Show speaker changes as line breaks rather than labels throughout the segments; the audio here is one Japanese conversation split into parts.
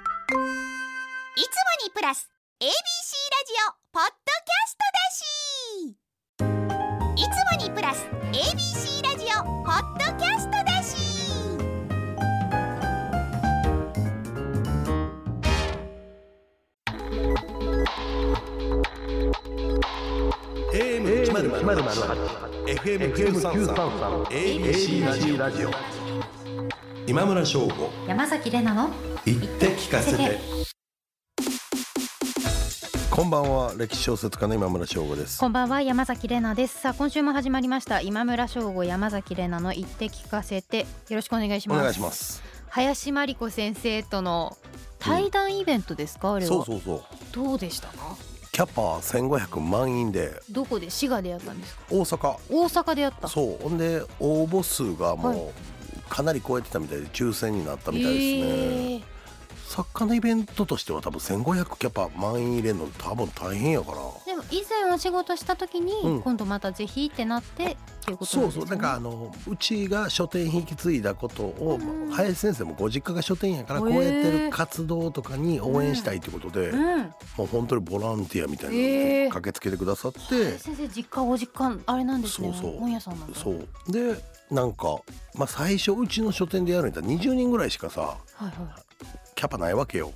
いつもにプラス ABC ラジオポッドキャストだしいつもにプラス ABC ラジオポッドキャストだし
今村翔吾
山崎れなの
言って聞かせて こんばんは歴史小説家の今村翔吾です
こんばんは山崎れなですさあ今週も始まりました今村翔吾山崎れなの言って聞かせてよろしくお願いし
お
ます
願いします
林真理子先生との対談イベントですか、あれは
そうそうそう
どうでしたか
キャパー1500満員で
どこで滋賀でやったんですか
大阪
大阪でやった
そうほんで応募数がもう、
は
かなり超えてたみたいで抽選になったみたいですね、
へえ
作家のイベントとしては多分1500キャパ満員入れるの多分大変やから
でも以前お仕事した時に、
うん
今度またぜひってなってっていうこと
そ
なん
う
です
そ
か、ね、
うなんかあのうちが書店引き継いだことを、
うん
林先生もご実家が書店やから
へ
超
え
えてる活動とかに応援したいということで、
うん
もう本当にボランティアみたいなの
へ
で
え
駆けつけてくださって、
林先生実家お実家あれなんですね
そうそう
本屋さんなんだ
そうでなんか、まあ、最初うちの書店でやるんだったら20人ぐらいしかさ
はいはい
キャパないわけよ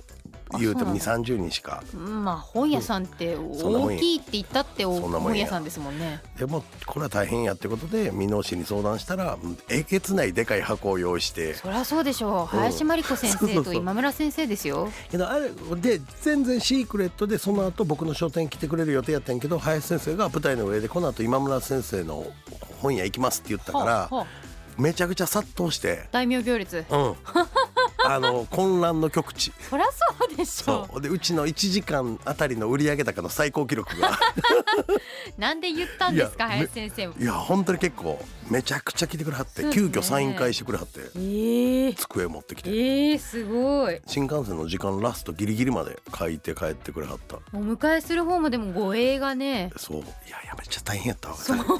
あ
言うて
そうな
も
ん
2
だ
3 0人しか
うんまあ本屋さんって
そんなもん
大
や
きいって言ったって
そんなもんや
本屋さんですもんね
でもこれは大変やってことで箕面市に相談したらうんえげつないでかい箱を用意して
そりゃそうでしょう林真理子先
そうそう
生
そ
と
う
今村先生ですよ
けどあれで全然シークレットでその後僕の書店来てくれる予定やったんやけど林先生が舞台の上でこの後今村先生の本屋行きますって言ったか
は
ら
あはあ
めちゃくちゃ殺到して
大名行列
うん あの混乱の極地
そりゃそうでしょ
そうでうちの1時間あたりの売上高の最高記録 が
うなんで言ったんですか
いやめ
林先生
いや本当に結構めちゃくちゃ来てくれはって、
そうで
急
すね
遽サイン会してくれはって
ええ
机持ってきて
ええすごい
新幹線の時間ラストギリギリまで書いて帰ってくれはった
お迎えする方もでも護衛がね
そういややめっちゃ大変やったわ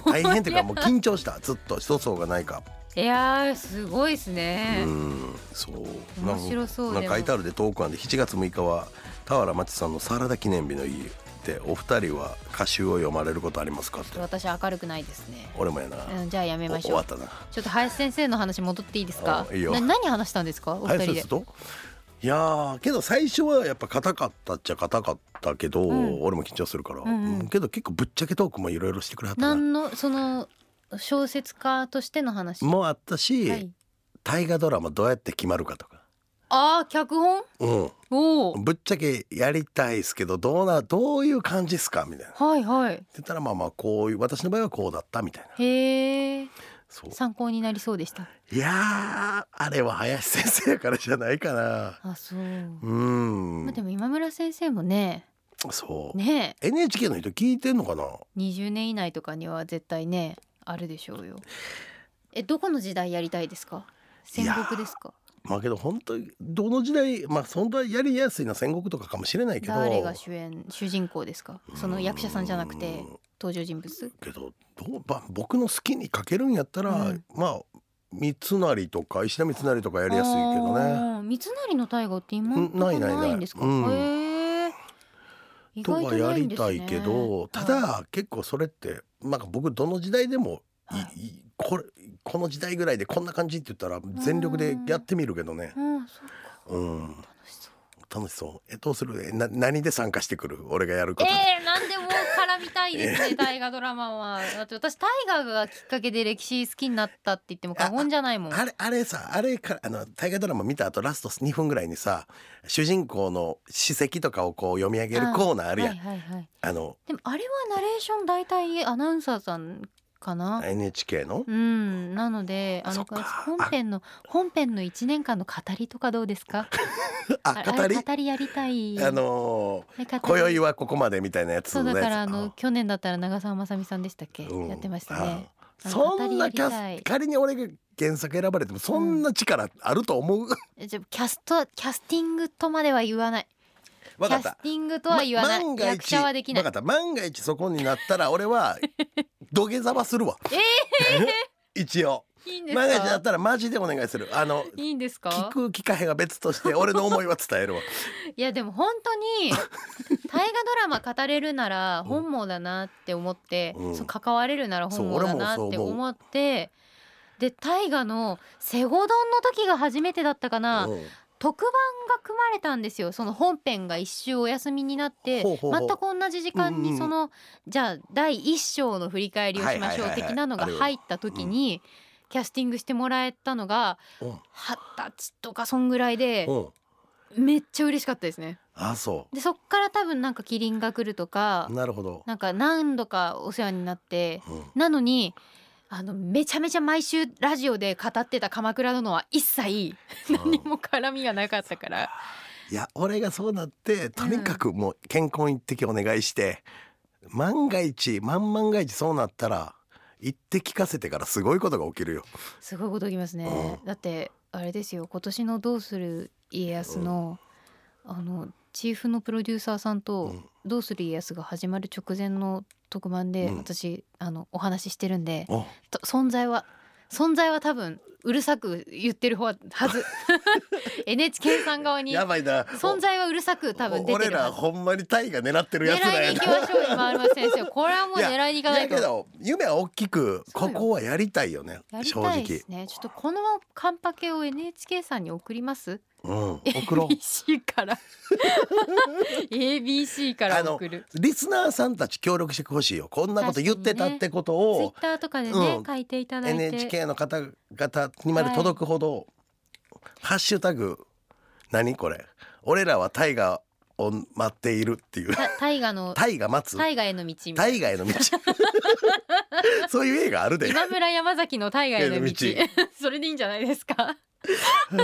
大変っていうかもう緊張したずっと一層がないか
いやーすごいですね
うんそうなんか
面白そう
なん
で
か
も
書いてあるでトークなんで7月6日は田原町さんのサラダ記念日の家でお二人は歌集を読まれることありますかって
私明るくないですね
俺もやな、
うんじゃあやめ
お
まし
終
ょ
わ
う
ったな
ちょっと林先生の話戻っていいですか
あいいよ
な何話したんですかお二
林
人
先生
で
といやーけど最初はやっぱ硬かったっちゃ硬かったけど、
うん
俺も緊張するから、
うんうん
うんけど結構ぶっちゃけトークもいろいろしてくれはったな
何のその小説家としての話
もあったし、
はい、
大河ドラマどうやって決まるかとか
あー脚本
うん
おお
ぶっちゃけやりたいですけどどうなどういう感じですかみたいな。って
はいはい
言ったらまあまあこういう私の場合はこうだったみたいな。
へえ
そう
参考になりそうでした
いやーあれは林先生やからじゃないかな。
あそう、
うー
まあ、で
ん
も今村先生もね
そう、
ね
NHK の人聞いてんのかな
20年以内とかには絶対ねあるでしょうよえどこの時代やりたいですか戦国ですか
まあけど本当にどの時代まあ本当はやりやすいのは戦国とかかもしれないけど
誰が主演主人公ですかその役者さんじゃなく
う
て
ん
登場人物
けどどう、まあ、僕の好きに書けるんやったら、
うん
まあ三成とか石田三成とかやりやすいけどね。
あー三成の大河って今んとこ
ないないない
ないんですか。
うん
へえ。意
と
外と
は
な
や
い
り
んです
た
ね
いけど、ただ、
は
結構それってなんか僕どの時代でも、い
はい
いこれこの時代ぐらいでこんな感じって言ったら全力でやってみるけどね
い、うん、そうか。
うん、
楽しそう。
楽しそうえどうするえな何で参加してくる俺がやること、
ええ なんでも絡みたいですね、大河ドラマは。だって私、大河がきっかけで歴史好きになったって言っても過言じゃないもん。
あれあれさあれからあの大河ドラマ見た後ラスト2分ぐらいにさ主人公の史跡とかをこう読み上げるコーナーあるやん
はいはいはい。
あの
でも、あれはナレーション大体アナウンサーさんかな。
NHK の
うん、なので、あ
そ
の
っか
本編の本編の一年間の語りとかどうですか。
あ語り
あれ
あ
語りやりたい。
の
ね語
ー
り
今宵はここまでみたいなやつ
そうだ
やつ
からあ
うん
の去年だったら長澤まさみさんでしたっけ、
うん
やってましたね。
ああ
あの
そんな
語り
キ
やりた
ャ
い
ス仮に俺が原作選ばれてもそんな力あると 思う、
えじゃあキャストキャスティングとまでは言わない。キ
わかっ
ャス
た
ティングとは言わない。
ま万が一
役者はできない
わ。かった万が 一そこになったら俺は土下座はするわ、一応
いいんです
万が一あっ
か
たらマジでお願いするあの
いいんです
聞
か
く機会が別として俺の思いは伝えるわ
いやでも本 当に大河ドラマ語れるなら本望だなって思って、
うん
そう関われるなら本望だな
そう俺も
って
そう思う
思ってで大河の「セゴドン」の時が初めてだったかな、
うん
特番が組まれたんですよその本編が一周お休みになって
ほうほうほう
全く同じ時間
うんう
に
ん
その、じゃあ第一章の振り返りをし
はい
ましょ
はいはいは
う
い
的なのが
あるよ
入った時に、キャスティングしてもらえたのが
うん
二十歳とかそんぐらいで
うん
めっちゃ嬉しかったですね。
あそ
でそっから多分なんかキリンが来るとか
うなるほど、
なんか何度かお世話になって
うん
なのにあのめちゃめちゃ毎週ラジオで語ってた鎌倉殿は一切
うん
何も絡みがなかったから
いや俺がそうなってとにかくもう健康一滴お願いして、万が一万万が一そうなったら言って聞かせてからすごいことが起きるよ。
すごいこときますね
う
だってあれですよ今年の「どうする家康の」あのチーフのプロデューサーさん
う
と
ん
「どうする家康」が始まる直前の特番で
うん
私あのお話ししてるんで
お
と存在は存在は多分うるさく言ってる方はは ず NHK さん側に
やばいな
存在はうるさく多分
お
出て
俺
る
ら
はず
ほんまにタイが狙ってるやつだ
狙い
よ
に行きましょう今丸松先生これはもう
いや
狙いに行かな
だ
いと
けど夢は大きく
そう
こ
よ
こはやりたいよね
やり
正
たいで
直
す、ねちょっとこのカンパケを NHK さんに送ります
うん、 送ろう
ABC から ABC から送る
リスナーさんたち協力してほしいよこんなこと言ってたってこと
ツイッ
を、
ターとかでね、
うん
書いていただいて
NHK の方々にまで届くほど、ハッシュタグ何これ俺らはタイガーを待っているっていう
た大河の
タイが待つ
大河への道みた
タ
いな
イガーへ の道そういう映画あるで
今村山崎の大河への道
への
それでいいんじゃないですかい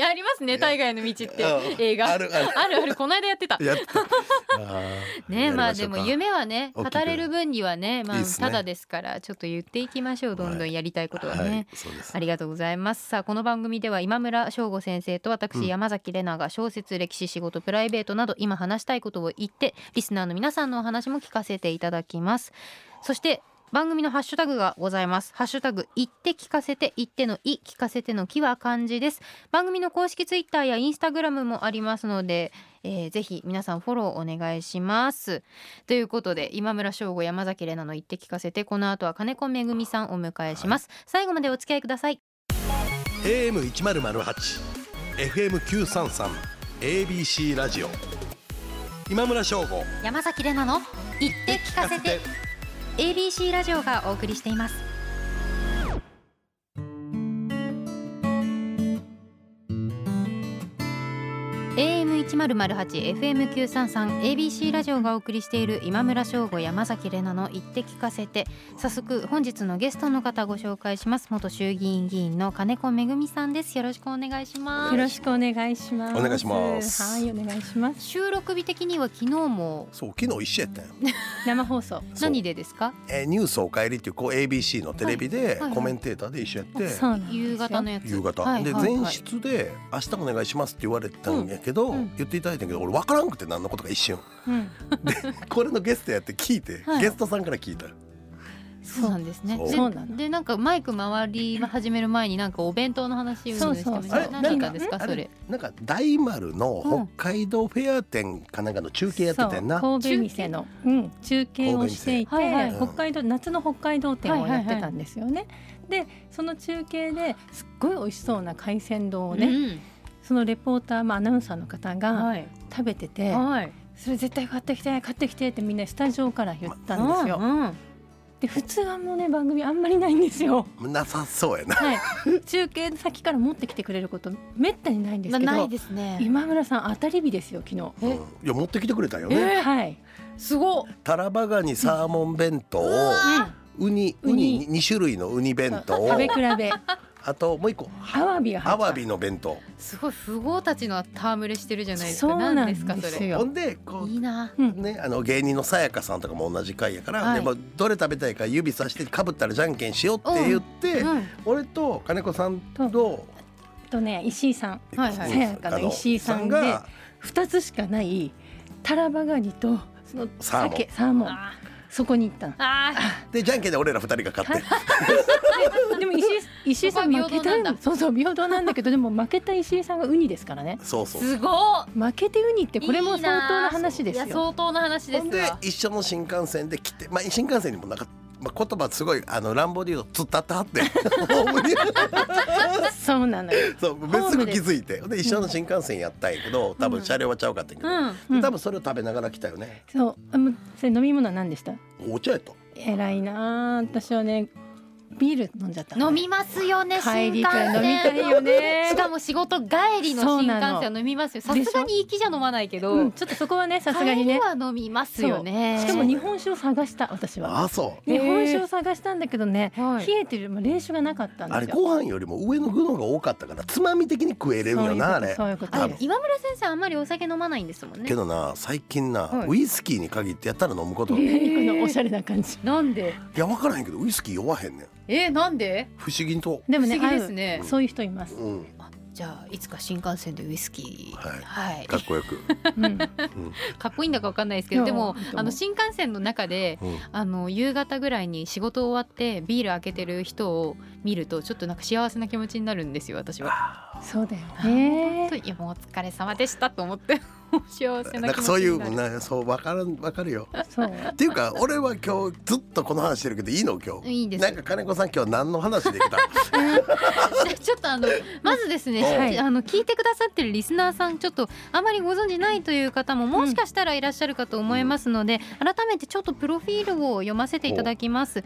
やありますね大河への道って
うん
映画
あるある
あるあるこの間やってた
やったあー
ね
やり
まあ
しょ
で
うか
も夢はね
大
語
きく
れる分にはねま
いい
あ
っすね
ただですからちょっと言っていきましょうどんどんやりたいことはね、
はい、そうです
ありがとうございますさあこの番組では今村翔吾先生と
うん
私山崎怜奈が小説歴史仕事プライベートなど今話したいことを言ってリスナーの皆さんのお話も聞かせていただきますそして番組のハッシュタグがございますハッシュタグ言って聞かせて言ってのい聞かせてのきは漢字です番組の公式ツイッターやインスタグラムもありますので、えー、ぜひ皆さんフォローお願いしますということで今村翔吾山崎怜奈の言って聞かせてこの後は金子めぐみさんをお迎えします、最後までお付き合いください
AM 一ゼロゼロ八、FM 九三三、ABC ラジオ。今村翔吾。
山崎怜奈の「言って聞かせて」ABC ラジオがお送りしています。AM1008、FM933、ABC ラジオがお送りしている今村翔吾、山崎怜奈の言って聞かせて早速本日のゲストの方ご紹介します元衆議院議員の金子めぐみさんですよろしくお願いします
よろしくお願いします。
お願いします
はい、お願いします。
収録日的には昨日も
そう昨日一緒やったんよ。
生放送。
そう
何でですか
えーニュースおかえりっていうこう ABC のテレビ
い
で
はい
コメンテーターで一緒やって。
そうなんですよ
夕方のやつ
夕方、
はい
で
はいはい
前室で「明日お願いします」って言われたんやけど、
うんうん
言っていただいたんやけど俺分からんくて何のことか一瞬
うん。
これのゲストやって聞いて、
はい
ゲストさんから聞いたよ
そうなんですね。
そう
で
そうなの
でなんかマイク回り始める前になんかお弁当の話をしてました
そうそうそう
ね。何だったんですか
あ
それ？
なんか大丸の北海道フェア店かなんかの中継やってたよな、
そう神戸店の、うん、中継をしていて、
神戸店はいはい
北海道夏の北海道店をやってたんですよね。でその中継ですっごい美味しそうな海鮮丼をね、そのレポーター、まあ、アナウンサーの方
うん
が
はい
食べてて、
はい。
それ絶対買ってきて買ってきてってみんなスタジオから言ったんですよ。
うんうん
で普通はもうね番組あんまりないんですよ。
なさそうやな
はい、中継先から持ってきてくれることめったにないんです
まあ
けど、
ないですね。
今村さん当たり日ですよ昨日。
え
うんいや持ってきてくれたよね、
えはい。
すごっ。
タラバガニサーモン弁当
うわ
ウニウ
ウニ
ニ2種類のウニ弁当
食べ比べ。
あともう一個
アワビが入
ア
ってた
ワビの弁当
すごい富豪たちの戯れしてるじゃないです
そ
か。
う
な
なんんで
で
す
すか
よ
それ？
ほんでこ
いいな。
うん
うねあの芸人のさやかさんとかも同じ回やから、
は
で
い
もどれ食べたいか指さしてかぶったらじゃんけんしようって言って、
うん
俺と金子さんと
とね石井さん
はいはい
うん
さやかの石井さんで
あのが
二つしかないタラバガニとその
サーモン
鮭サーモン
あ
そこに行ったの
ー。あー
でじゃんけんで俺ら二人が勝って
ででも石井石井さん
そこは
負
平
け
等なんだ
たそうそう平等なんだけどでも負けた石井さんがウニですからね
そうそう
すごっ
負けてウニってこれも
いい
相
なあ
当な話で
い
す
や
よ
相当な話で
ほ
す
んで
わ
一緒の新幹線で来て、まあ、新幹線にもなんか、まあ、言葉すごいあの乱暴で言うと突っ立ってはってホームに
そうなのよ
そう
ホー
別
ム
に
で
気づいてで一緒の新幹線やったんやけど多
うん
分車両はちゃうかったんやけど、
うん
うん
多分それを食べながら来たよね
そうあもうそれ飲み物は何でした
お茶やと
偉いなあ私はねビール飲んじゃったの
飲
ね
みますよね
帰
新
り
幹
たい飲みたい
線
よね
しかも仕事帰りの
そう
新
なの
幹線は飲みますよさす
でし
が
ょ
に行きじゃ飲まないけど、
うん、ちょっとそこはねさすが
帰
に
り
ね
は飲みますよね
しかも日本酒を探した私は
ああそ
へー
日本酒を探したんだけどね
はい
冷えてるもう冷酒がなかったん
うあ
で
れ
すよ
ご飯よりも上の具の方が多かったからつまみ的に食えれるんよなあれ
そういうこと
あ
そういう
の
こと
岩村先生あんまりお酒飲まないんですもんね
けどな最近な、
はい
ウイスキーに限ってやったら飲むこと
え
い
何このおしゃれな感じ
なんで
や分からへんけどウイスキー酔わへんねん
えーなんで
不思議にと
で
不
も
思
ね
議ですね
合うそういう人います、
うん
じゃあいつか新幹線でウイスキー
はい
はい
かっこよく、
うん、
うん
かっこいいんだかわかんないですけど
いや
でも
いいと思う
あの新幹線の中で
うん
あの夕方ぐらいに仕事終わってビール開けてる人を見るとちょっとなんか幸せな気持ちになるんですよ私は。
そうだよね
いやもうお疲れ様でしたと思って お幸せ
な
なん気
か
持ち
そうい
に
う
なる。
なそう分からん分かるよ
そう
っていうか俺は今日ずっとこの話してるけどいいの今日
いいです
なんか金子さん今日何の話できた
じゃあちょっとあのまずですね、
はい
あの聞いてくださってるリスナーさんちょっとあまりご存じないという方ももしかしたらいらっしゃるかと思いますので、改めてちょっとプロフィールを読ませていただきます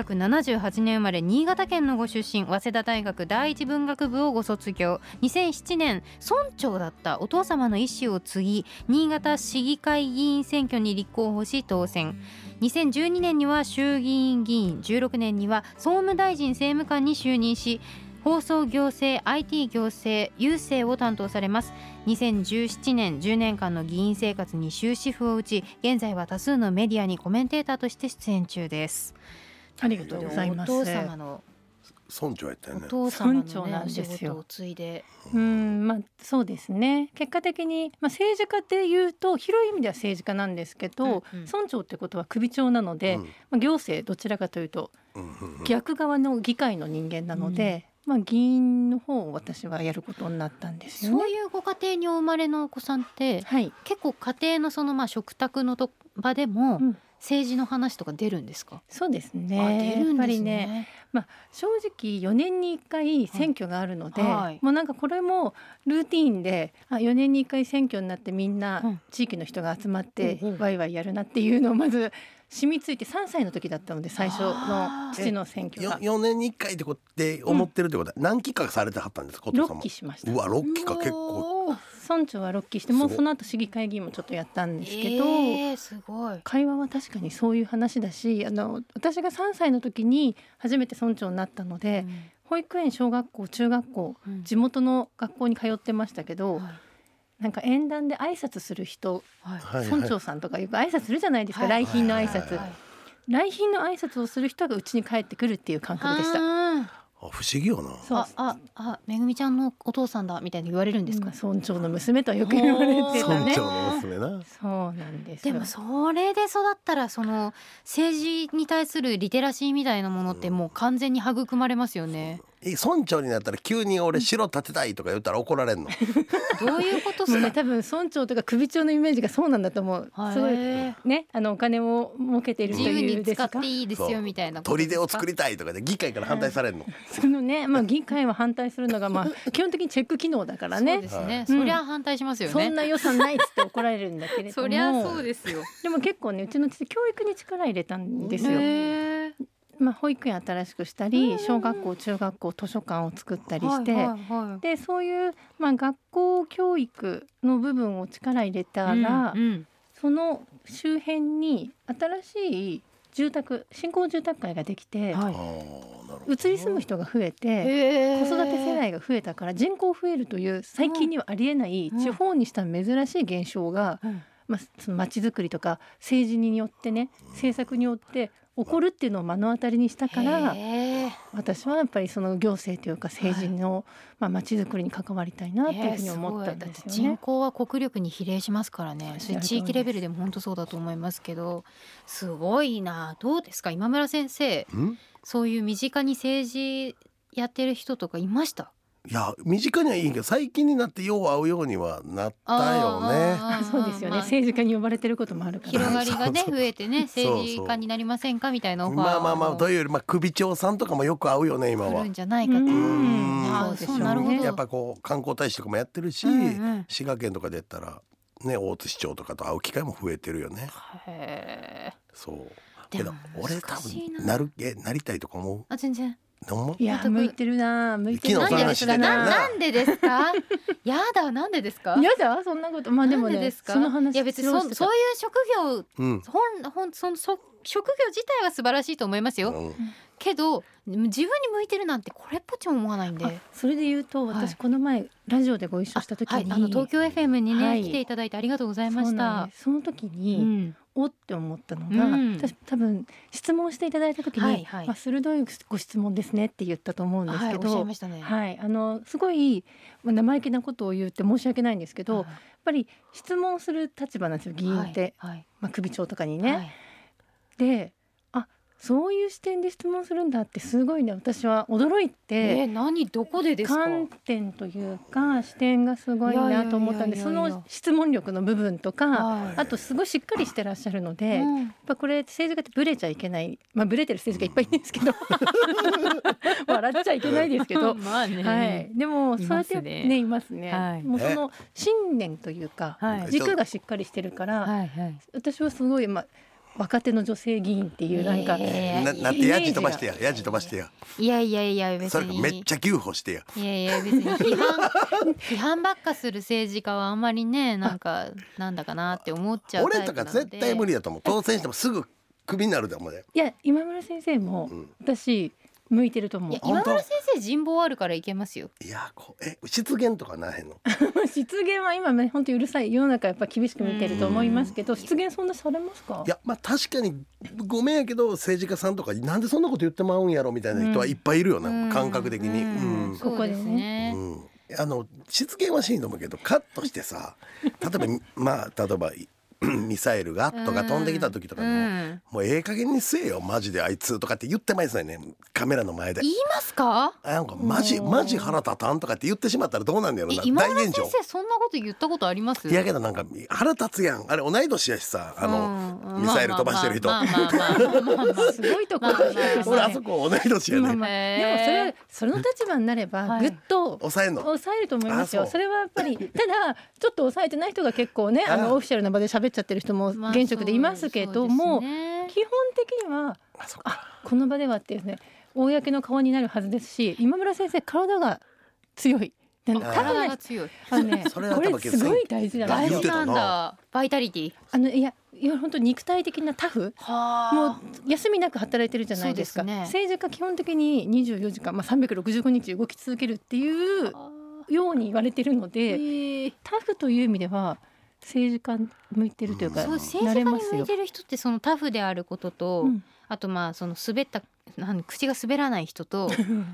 1978年生まれ新潟県のご出身早稲田大学第一文学部をご卒業2007年村長だったお父様の意思を継ぎ新潟市議会議員選挙に立候補し当選2012年には衆議院議員16年には総務大臣政務官に就任し放送行政 IT 行政郵政を担当されます2017年10年間の議員生活に終止符を打ち現在は多数のメディアにコメンテーターとして出演中です
ありがとうございます
お父様の
村長やったよ
お
ね
父様の、ね、
村長なんですよ
お仕事を継いで
うんまあそうですね結果的に、まあ、政治家っていうと広い意味では政治家なんですけど、
うんうん
村長ってことは首長なので、
うん
まあ、行政どちらかというと
うんうんうん
逆側の議会の人間なので、まあ、議員の方を私はやることになったんですよ
そう
ね。
いうご家庭にお生まれのお子さんって
はい、
結構家庭のそのまあ食卓のと場でも
うん
政治の話とか出るんですか、
そうです
あ
ね
出る
や
ん
っぱ
で
り
す
ね
ね
正直4年に1回選挙があるので、
はい
もうなんかこれもルーティーンであ4年に1回選挙になってみん
うん
な地域の人が集まって
うんうん
ワイワイやるなっていうのをまず染みついて3歳の時だったので最初の
あー
父の選挙
よ
が
四年に一回ってことって思ってるってことは、何期かされてはったんですかお父
6
様
期しました
うわ六期か結構
おー
村長は6期してもう
すごい
その後市議会議員もちょっとやったんですけど、
えー、すごい
会話は確かにそういう話だしあの私が3歳の時に初めて村長になったので、保育園小学校中学校
うん
地元の学校に通ってましたけど、
はい
なんか演壇で挨拶する人、
はい
はいはい
村長さんとかよく挨拶するじゃないですか、
はい
来賓の挨拶、
はい
はい
来賓の挨拶をする人がうちに帰ってくるっていう感覚でした。
あ
あ不思議よな
そう
ーあああめぐみちゃんのお父さんだみたいに言われるんですか、
うん村長の娘とはよく言われて
そう
た
だ
村
ね
長。の娘な
そうなんです
で
よ。
もそれで育ったらその政治に対するリテラシーみたいなものってもう完全に育まれますよね。
え村長になったら急に俺城建てたいとか言ったら怒ら れんの
どういうこと
もう
っす
ね
か。
多分村長とか首長のイメージがそうなんだと思う。すごい
へー
ねあのお金を儲けていると
自
いう
由に
です
使っ
か
て。いいですよみたいなことです
砦
か。
を作りたいとかで議会から反対されんの、
そのねまあ議会は反対するのがまあ基本的にチェック機能だから
そう
ね
で。
は
す
い
ね。
うん
そりゃ反対しますよ
そん
ね。
な予算ないっつって怒られるんだけれども。
そりゃそうですよ。
でも結構ねうちの父教育に力入れたんですよ。
へー
まあ、保育園新しくした
うん
り小学校中学校図書館を作ったりして、
はいはいはい
でそういう、まあ、学校教育の部分を力入れたら、
うんうん
その周辺に新しい住宅新興住宅街ができて、
は
あ
い
あーなるほど
移り住む人が増えて。
へ
子
ー
育て世代が増えたから人口増えるという最近にはありえない
うん
地方にした珍しい現象が、
うん
まあ、その街づくりとか政治によってね政策によって起こるっていうのを目の当たりにしたから
へー
私はやっぱりその行政というか政治の、まあ街づくりに関わりたいなっていうふうに思ったんです
えー
よ
すごいだって人
ね。
口は国力に比例しますからねそれ地域レベルでも本当そうだと思いますけどすごいなどうですか今村先生
うん
そういう身近に政治やってる人とかいました
いや身近にはいいけど最近になってよう会うようにはなったよね。
あー
あそうですよね、
まあ
政治家に呼ばれてることもあるから
広がりがね
そうそう
増えてね
そうそう
政治家になりませんかみたいなオファー
まあまあまあというよりまあ首長さんとかもよく会うよね今
来
は
るん。じゃないかと
う
うん
ん
あー
です
そ
よ
う
ね
なるほど
やっぱこう観光大使とかもやってるし、
うん
滋賀県とかで言ったらね大津市長とかと会う機会も増えてるよね。
へー
そう。け
で
ど
も
俺多
難しいな
分なるえなりたいとか思
あ全然
う。思う
いや
全く
向いてるな向いてる
昨日その話してたよな
ななんでですかやだなんでですか
やだそんなことまあでも
なん
ね
ですか
その話
いや別に
しろ
そ
してた
そういう職業
うん。
本本そのそ職業自体は素晴らしいと思いますよ、
うん
けど自分に向いてるなんてこれっぽっちも思わないんで
あそれで言うと
はい
私この前、ラジオでご一緒した時に、
はいあの東京 FM にね、
はい
来ていただいてありがとうございま
そう
し
なん
た
ですその時
う
に、
ん
おって思ったのが、
うん
私多分質問していただいた時に、
はいはい
あ鋭いご質問ですねって言ったと思うんです
は
け
いおっしゃい
ど、
ましたね、
はい、あのすごいまあ生意気なことを言って申し訳ないんですけど、やっぱり質問する立場なんですよ議員って、
はい
まあ、首長とかに
はい
ね。
はい
であそういう視点で質問するんだってすごいね私は驚い
え
て、
ー、何どこでですか
観点というか視点がすごい
いやいやいや
な
いや
と思ったんでその質問力の部分とか
はい
あとすごいしっかりしてらっしゃるので。
うん、
やっぱこれ政治家ってブレちゃいけない、まあ、ブレてる政治家いっぱいいるんですけど笑っちゃいけないですけど
まあね
はい、でもそ
い
うや
ま
っ
すね
てねいますね、
はい
もうその信念というか、
はい
軸がしっかりしてるから、
はいはい
私はすごい、まあ、若手の女性議員っていうなんか、
えー
ななっ
イ
て
メージが
ヤジ飛ばしてやヤジ飛ばしてや。
いやいやいや別
それ
に
めっちゃ給付してや。
いやいや別に批判批判ばっかする政治家はあんまりねなんかなんだかなって思っちゃうタ
俺
イプ
と
な
か
ので
絶対無理だと思う。当選してもすぐクビになるだもんね。
いや今村先生も
うん
私向いてると思
いうや。
本
今
当
村先生人望あるからいけますよ
いやこうえ失言とかなへんの。
失言は今ね本当にうるさい世の中やっぱ厳しく見てると思いますけど失言そんなされますか
いやまあ確かにごめんやけど政治家さんとかなんでそんなこと言ってまうんやろみたいな人はいっぱいいるよな、
うん
感覚的に。うん
そうですね
うんあの失言はしんと思うけどカットしてさ例えば まあ例えば いミサイルがとか飛んできた時とかにも、
うん
もうええ加減にせえよマジであいつとかって言ってまいですよねカメラの前で
言。いますか
あなんかマジ
うん
マジ腹立たんとかって言ってしまったらどうなんだよ
え
な
今
大
村
炎
先
上。
生そんなこと言ったことあります
いやけどなんか腹立つやんあれ同い年やしさあの、
うん
ミサイル飛ばしてる人
まあまあまあまあまあまあ まあ
すごいところですね
まあまあま
俺あそこ同い年やね、
まあまあでもそれはその立場になれば
はい
ぐっと
抑えんの
抑えると思います
あ
よ。
そう
それはやっぱりただちょっと抑えてない人が結構ねあ
あ
のオフィシャルな場で喋っちゃってる人も
まあ
現職でいますけども、
そうですね
基本的には
あそっか
この場ではっていうね公の顔になるはずですし今村先生体が強い。なんか
あー
多分
体
ね
が強い
あのね
それは
こ
頭
れ
きつい
すごい大事だな
大
言う
事
て
な
た
ん
な
だバイタリティ
あのいやいや本当肉体的なタフ
はあ
もう休みなく働いてるじゃないですか
そうですね
政治家基本的に24時間、まあ、365日動き続けるっていう
あ
ように言われてるの
ー
で、タフという意味では政治家向いてるというか、
う
そ
ん
慣
う政治
れ
家
ま
に
す
向い
よ。
てる人ってそのタフであることと、
うん
あとまあその滑ったなん口が滑らない 人と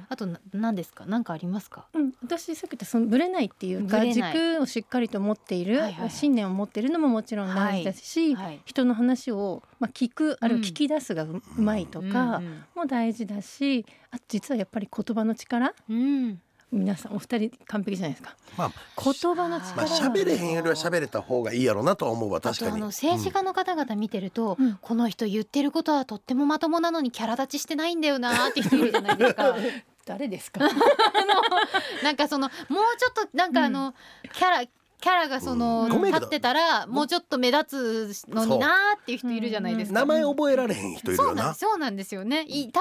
あとな何ですか何かありますか
うん、私さっき言ったそのぶれないっていうか
ぶれない
軸をしっかりと持っている、
はいはい
信念を持っているのももちろん大事だし、
はい
人の話を、まあ、聞くあるいは聞き出すがう,、
うん
まいとかも大事だしあと実はやっぱり言葉の力
うんうん
皆さんお二人完璧じゃないですか
まあ
言葉の力
まあ喋れへんよりは喋れた方がいいやろなとは思うわ
あ
確
と
か
あ
に
の政治家の方々見てると、
うん
この人言ってることはとってもまともなのにキャラ立ちしてないんだよなーって人いるじゃないで すか
誰ですか
なんかそのもうちょっとなんかあの、キャラキャラがその、
うんごめんけ
立
ど
ってたらもうちょっと目立つのになーっていう人いるじゃないです
名
か。
前覚えられへん人いる
そ
よ
うなん
な
そうなんですよねいたまにいる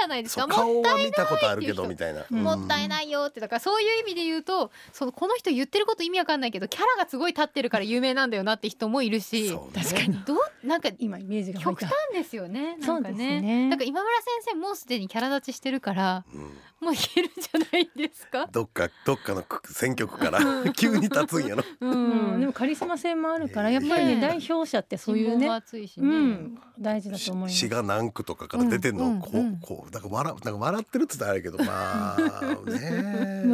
じゃないです
そ
か
う
もう
顔は見たことあるけ
っ
ど
ていう人
みたいな
うん
もったいないよってだからそういう意味で言うとそのこの人言ってること意味わかんないけどキャラがすごい立ってるから有名なんだよなって人もいるし
そうね
確かに
どうなんか
今イメージが湧い
極
た
端ですよねな
そ
ん
う
か
です
ね
ね
だから今村先生もうすでにキャラ立ちしてるから
うん
もういけるんじゃないですか
どっかどっかの選挙区から 急に立つんやろ
う
うん、でもカリスマ性もあるからやっぱり
ね
ね代表者ってそういう
人望も
ね、
熱いし
う
ね、
ん、大事だと思いま
詩
す。
が何句とかから出てんの、
うん
こ
う
うんこうだから笑うなんか笑ってるって言ったらあれやけどま あ
も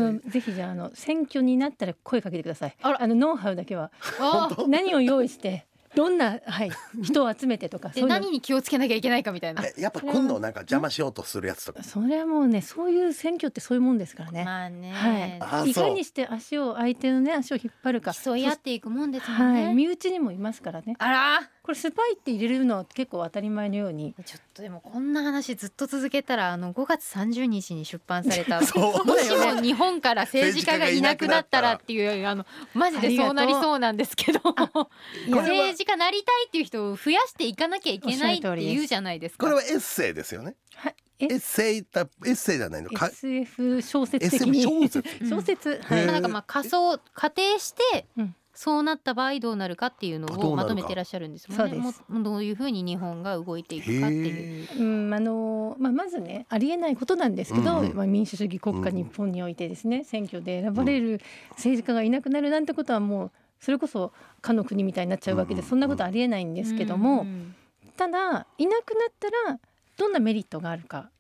ね
うぜひじゃああの選挙になったら声かけてください。
あら
あのノウハウだけは
あ
本当
何を用意してどんな、はい、人を集めてとかそう
で
いうの
何に気をつけなきゃいけないかみたいな。
えやっぱ今度なんか邪魔しようとするやつとか
それはもうねそういう選挙ってそういうもんですからね。
まあね、
は
あ
い、い
そう
かにして足を相手のね足を引っ張るか
競い合っていくもんです
そし
もんね。
はい、身内にもいますからね
あら
これスパイって入れるのは結構当たり前のように
ちょっとでもこんな話ずっと続けたらあの5月30日に出版された
そう
もしも日本から政治家がいなくなったらっていうあのマジでそうなりそうなんですけど
れは
政治家なりたいっていう人を増やしていかなきゃいけないっていうじゃないですか。
これはエッセイですよね
はい
エ
え
ッセイだエッセイじゃないのか
SF 小説的
SF
に
小説
うん
小説
へ
はい
ー
まあなんかまあ仮想仮定して
うん
そうなった場合どうなるかっていうの
どうなる
を
か
まとめてらっしゃるんですもんね。
そうです
もうどういうふうに日本が動いていくかっていう。
へえ
うんあのまあ、まずねありえないことなんですけど、
うんうん
まあ、民主主義国家
うん
日本においてですね、選挙で選ばれる政治家がいなくなるなんてことはもうそれこそかの国みたいになっちゃうわ
う
け
ん
で、
うん
そんなことありえないんですけども、
うん
ただいなくなったらどんなメリットがあるか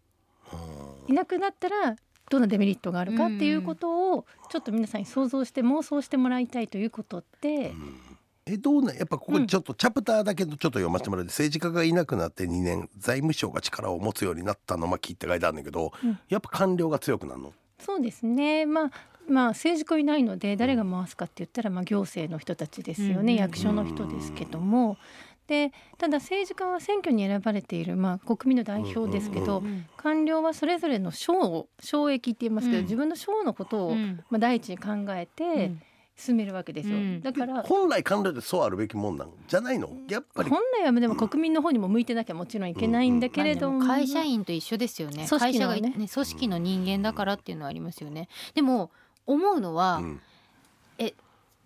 いなくなったらどんなデメリットがあるかっていうことをちょっと皆さんに想像して妄想してもらいたいということって
うんえどうなんやっぱここちょっとチャプターだけどちょっと読ませてもらって、政治家がいなくなって2年財務省が力を持つようになったのまきって書いてあるんだけど、
うん
やっぱ官僚が強くなるの
そうですねまあまあ政治家いないので誰が回すかって言ったらまあ行政の人たちですよ
うんう
ね、
ん
役所の人ですけども。でただ政治家は選挙に選ばれている、まあ、国民の代表ですけど、
うん
官僚はそれぞれの省を省益って言いますけど、
うん
自分の省のことを、
うん
まあ、第一に考えて進めるわけですよ。
うん
だから
本来官僚でそうあるべきもんなんじゃないのやっぱり
本来はでも国民の方にも向いてなきゃもちろんいけないんだけれども,、
まあでも会社員と一緒ですよね
組織のね
会社がいね組織の人間だからっていうのはありますよねでも思うのは、
うん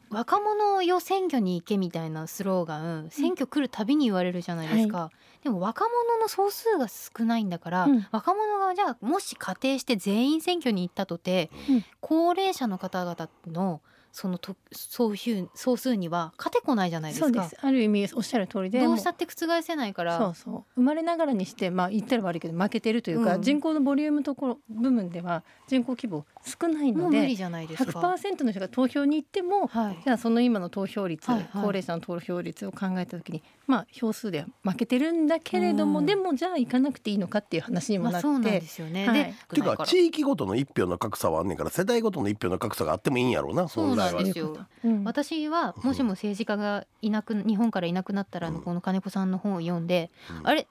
若者よ選挙に行けみたいなスローガン選挙来るたびに言われるじゃないですか、でも若者の総数が少ないんだから、
うん
若者がじゃあもし仮定して全員選挙に行ったとて、
うん
高齢者の方々のそのと総数総数には勝てこないじゃないです
そ
か
うですある意味おっしゃる通りで
どうしたって覆せないか
もう
ら
そうそう生まれながらにしてまあ言ったら悪いけど負けてるというか、
うん
人口のボリュームところ部分では人口規模少ない
も
の
う無理
で
じゃないですか。
100%の人が投票に行っても
はい
じゃあその今の投票率、
はいはい
高齢者の投票率を考えた時にまあ票数では負けてるんだけれども、
うん
でもじゃあ行かなくていいのかっていう話にも
ま
な
あ、
って、
そうなんですよね。
はい
で
ていうか地域ごとの一票の格差はあんねんから世代ごとの一票の格差があってもいいんやろうな
そうな
本
んで
来は
すよ。
うん
私はもしも政治家がいなく日本からいなくなったらあの
うん
この金子さんの本を読んで、
うん
あれ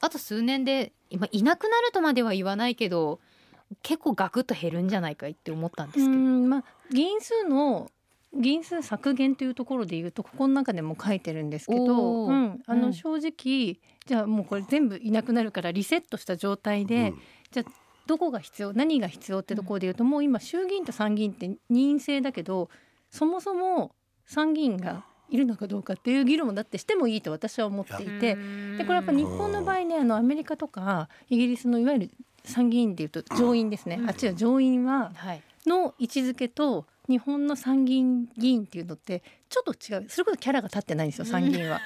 あと数年で今いなくなるとまでは言わないけど結構ガクッと減るんじゃないかいって思ったんで
う
すけど。
んまあ、議員数の議員数削減というところでいうとここの中でも書いてるんですけど、
おー
うん、あ
う
の
ん
正直、じゃあもうこれ全部いなくなるからリセットした状態で、
うん
どこが必要何が必要ってところでいうと、もう今衆議院と参議院って任員制だけどそもそも参議院がいるのかどうかっていう議論だってしてもいいと私は思っていて、でこれやっぱ日本の場合ねあのアメリカとかイギリスのいわゆる参議院でいうと上院ですね、
うん
あっちは上院は
はい、
の位置づけと日本の参議院議員っていうのってちょっと違うそれこそキャラが立ってないんですよ参議院は、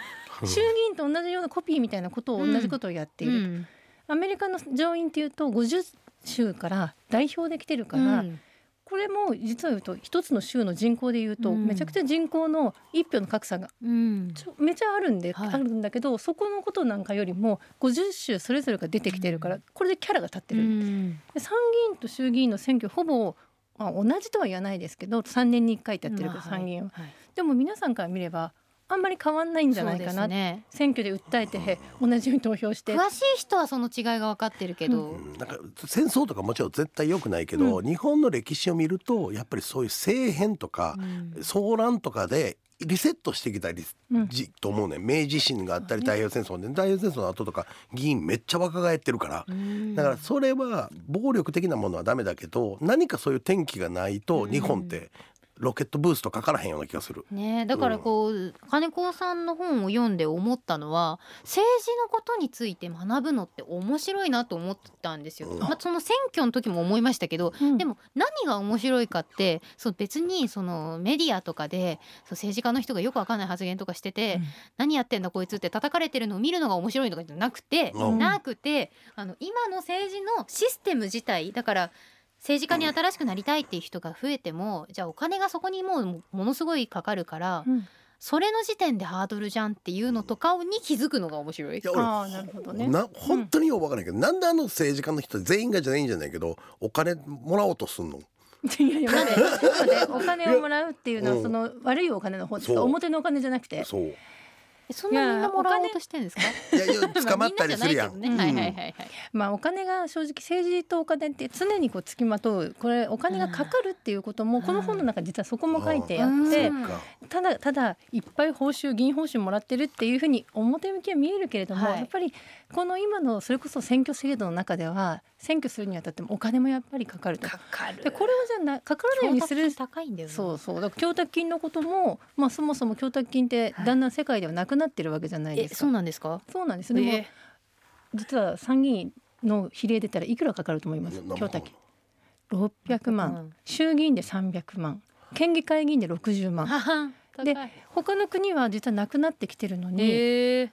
衆議院と同じようなコピーみたいなことを
うん
同じことをやっている、
うん
アメリカの上院っていうと50州から代表できてるから、
うん
これも実は言うと一つの州の人口で言うと、
うん
めちゃくちゃ人口の一票の格差が
うん
ちょめちゃあるんで、
はい
あるんだけどそこのことなんかよりも50州それぞれが出てきてるから、これでキャラが立ってる、
うん
で参議院と衆議院の選挙ほぼ、まあ、同じとは言わないですけど3年に1回ってやってるから
まあはい
参議院は、
はい
でも皆さんから見ればあんまり変わんないんじゃないか
そうで
な、
すね
選挙で訴えてへ同じように投票して
詳しい人はその違いが分かってるけど、
うんなんか戦争とかもちろん絶対良くないけど、日本の歴史を見るとやっぱりそういう政変とか、
うん
騒乱とかでリセットしてきたり
うん
じと思うね明治維新があったり太平洋戦争ね太平洋戦争の後とか議員めっちゃ若返ってるから。
うん
だからそれは暴力的なものはダメだけど何かそういう転機がないと
うん
日本ってロケットブーストかからへんような気がする。
ねえだからこう、金子さんの本を読んで思ったのは政治のことについて学ぶのって面白いなと思ったんですよ。
うん
まあ、その選挙の時も思いましたけど
うん
でも何が面白いかってそう別にそのメディアとかでそう政治家の人がよくわかんない発言とかしてて、
うん
何やってんだこいつって叩かれてるのを見るのが面白いとかじゃなくて、
うん
なくてあの今の政治のシステム自体だから政治家に新しくなりたいっていう人が増えてもじゃあお金がそこにもうものすごいかかるから
うん
それの時点でハードルじゃんっていうのとかに気づくのが面白い。
や俺
ああなるほどね。
な本当によう分からないけど、なんであの政治家の人全員がじゃないんじゃないけどお金もらおうとすんの
いやいやまだまだ お金をもらうっていうの
うん
はその悪いお金の方です
そ
か
う
表のお金じゃなくて。
そう
そんなみんなもらおうとしてるんですか？
いやいや
まあ
捕まったりするやん
みなじゃないけどねはいはいはいはい。
まあお金が正直政治とお金って常にこうつきまとうこれお金がかかるっていうこともこの本の中に実はそこも書いてあって
うん
か
ただただいっぱい報酬議員報酬もらってるっていうふうに表向きは見えるけれども、
はい
やっぱりこの今のそれこそ選挙制度の中では選挙するにあたってもお金もやっぱりかかると。
かる
でこれをじゃあなかからないようにする
高いんだよね。
そうそうだから供託金のことも、まあ、そもそも供託金って
はい
だんだん世界ではなくなってるわけじゃない
え
ですか。
そうなんですか？
そうなんですでも、実は参議院の比例出たらいくらかかると思います
いや
供託金600万、
うん
衆議院で300万県議会議員で60万
ははん。
で
高い
他の国は実はなくなってきてるのに、
ええ。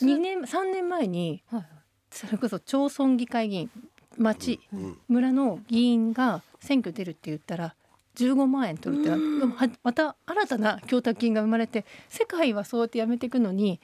2年3年前に
はいはい
それこそ町村議会議員町
うん
村の議員が選挙出るって言ったら15万円取るってなでもはまた新たな供託金が生まれて世界はそうやってやめていくのに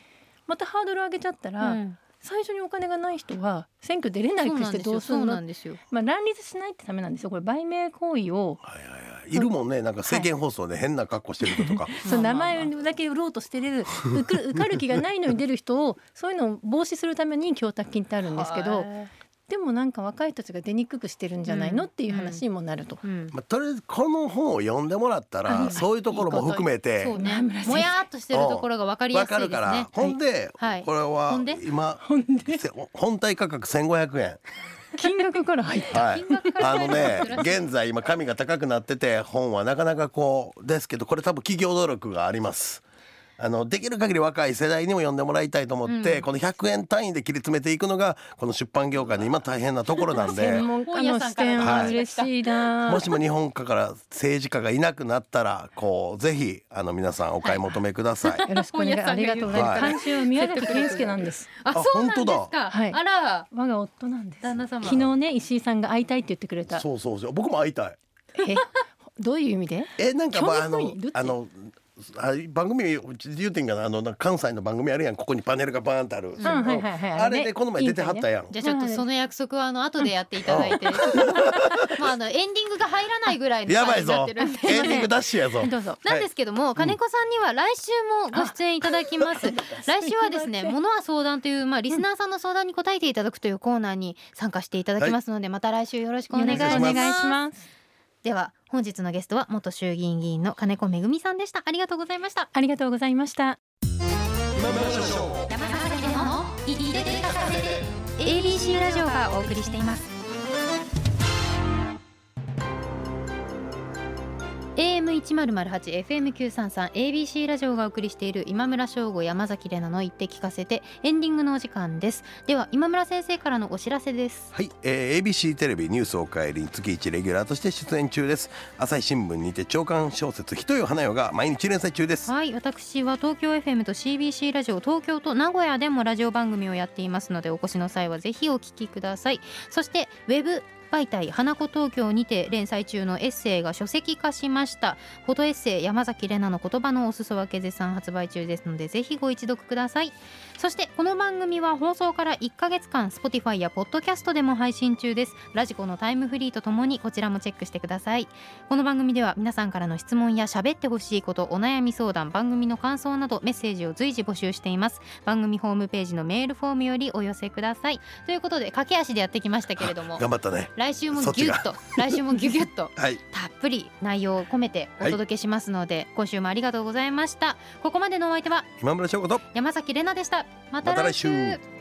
またハードル上げちゃったら、
うん
最初にお金がない人は選挙出れない
そう
く
な
し
ん
て
です
ど
よ。
うす
そ
る
う
の
なんですよ。
まあ、乱立しないってためなんですよこれ売名行為を
はいはいはいいるもんねなんか政見放送で変な格好してる人とか
その
まあ
名
まあまあ
前だけ売ろうとしてる受か受かる気がないのに出る人をそういうのを防止するために供託金ってあるんですけど
はい
でもなんか若い人たちが出にくくしてるんじゃないの
うん
っていう話にもなると。
うん。
まあ、とりあえずこの本を読んでもらった
あは
ら
い
そういうところも含めて
そうね
村瀬。先生
もやーっとしてるところがわかりや
わ
すい
か
で
る
すね。
から、ほんで、
はい
これ
ほ
は
んで
今
ほんで
せ本体価格1500円
金額から入っ
はい
金額から
あのね
考えると辛い
現在今紙が高くなってて本はなかなかこうですけどこれ多分企業努力がありますあのできる限り若い世代にも読んでもらいたいと思って、
うん
この100円単位で切り詰めていくのがこの出版業界で今大変なところ なんで
専門
本
家
屋
の
さん
視
から
点は
はい
嬉しいな、
もしも日本家から政治家がいなくなったらこうぜひあの皆さんお買い求めくだ さい。
よろしくお願い
本屋さ
あ
んが
り
言
が
う
とうございます、
はい
監修は宮崎健介なんです
あ、
あ
そうなんです
本当
か。
はい
あら、
我が夫なんです
旦那様
昨日ね石井さんが会いたいって言ってくれた
そうそうそう僕も会いたい
えどういう意味で
えなんかまああ
興味
の
本位どっち
あのあ番組うち言うてんかなあのなんか関西の番組あるやんここにパネルがバーンってある、
はいはいはい
あれでこの前出てはったやん、
じゃあちょっとその約束はあの後でやっていただい て、まああのエンディングが入らないぐらいの
やば
感じ
い
にな
ぞ
っ
エ
てるんで。
ンディングダッシュやぞ
はい どうぞ
なんですけども、金子さんには来週もご出演いただきます。 来週はですね、物は相談という、まあ、リスナーさんの相談に答えていただくというコーナーに参加していただきますので、また来週よろしくお願いします。
よろしくお願い
します
では、本日のゲストは元衆議院議員の金子めぐみさんでした。ありがとうございました。
ありがとうございました
山崎での、いててかさせて、ABC ラジオがお送りしています。AM 一ゼロゼロ八、FM 九三三、ABC ラジオがお送りしている今村翔吾、山崎怜奈の言って聞かせてエンディングのお時間です。では今村先生からのお知らせです。
はい、えー ABC テレビニュースおかえりに月1レギュラーとして出演中です朝日新聞にて長官小説ひとよ花よが毎日連載中です
はい、私は東京 FM と CBC ラジオ東京と名古屋でもラジオ番組をやっていますのでお越しの際はぜひお聞きくださいそしてウェブ媒体花子東京にて連載中のエッセイが書籍化しましたフォトエッセイ山崎怜奈の言葉のおすそ分け絶賛発売中ですのでぜひご一読くださいそしてこの番組は放送から1ヶ月間 Spotify や Podcast でも配信中ですラジコのタイムフリーとともにこちらもチェックしてくださいこの番組では皆さんからの質問や喋ってほしいことお悩み相談番組の感想などメッセージを随時募集しています番組ホームページのメールフォームよりお寄せくださいということで駆け足でやってきましたけれども
頑張ったね
来週も
そっち
ギュ
が
ッと来週もギュギュッと
はい
たっぷり内容を込めてお届けしますので、今週もありがとうございましたここまでのお相手は
今村翔子と
山崎れなでしたまた
また
来
来
週
週